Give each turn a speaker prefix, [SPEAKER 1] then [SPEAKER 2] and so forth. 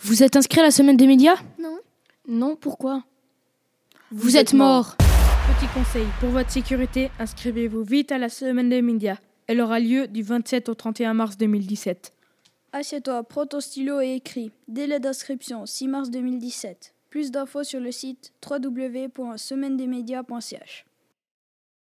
[SPEAKER 1] Vous êtes inscrit à la semaine des médias
[SPEAKER 2] Non.
[SPEAKER 1] Non, pourquoi Vous,
[SPEAKER 3] Vous
[SPEAKER 1] êtes
[SPEAKER 3] êtes
[SPEAKER 1] mort.
[SPEAKER 3] Petit conseil, pour votre sécurité, inscrivez-vous vite à la semaine des médias. Elle aura lieu du 27 au 31 mars 2017.
[SPEAKER 2] Assieds-toi, prends ton stylo et écris. Délai d'inscription 6 mars 2017. Plus d'infos sur le site www.semainedesmedias.ch.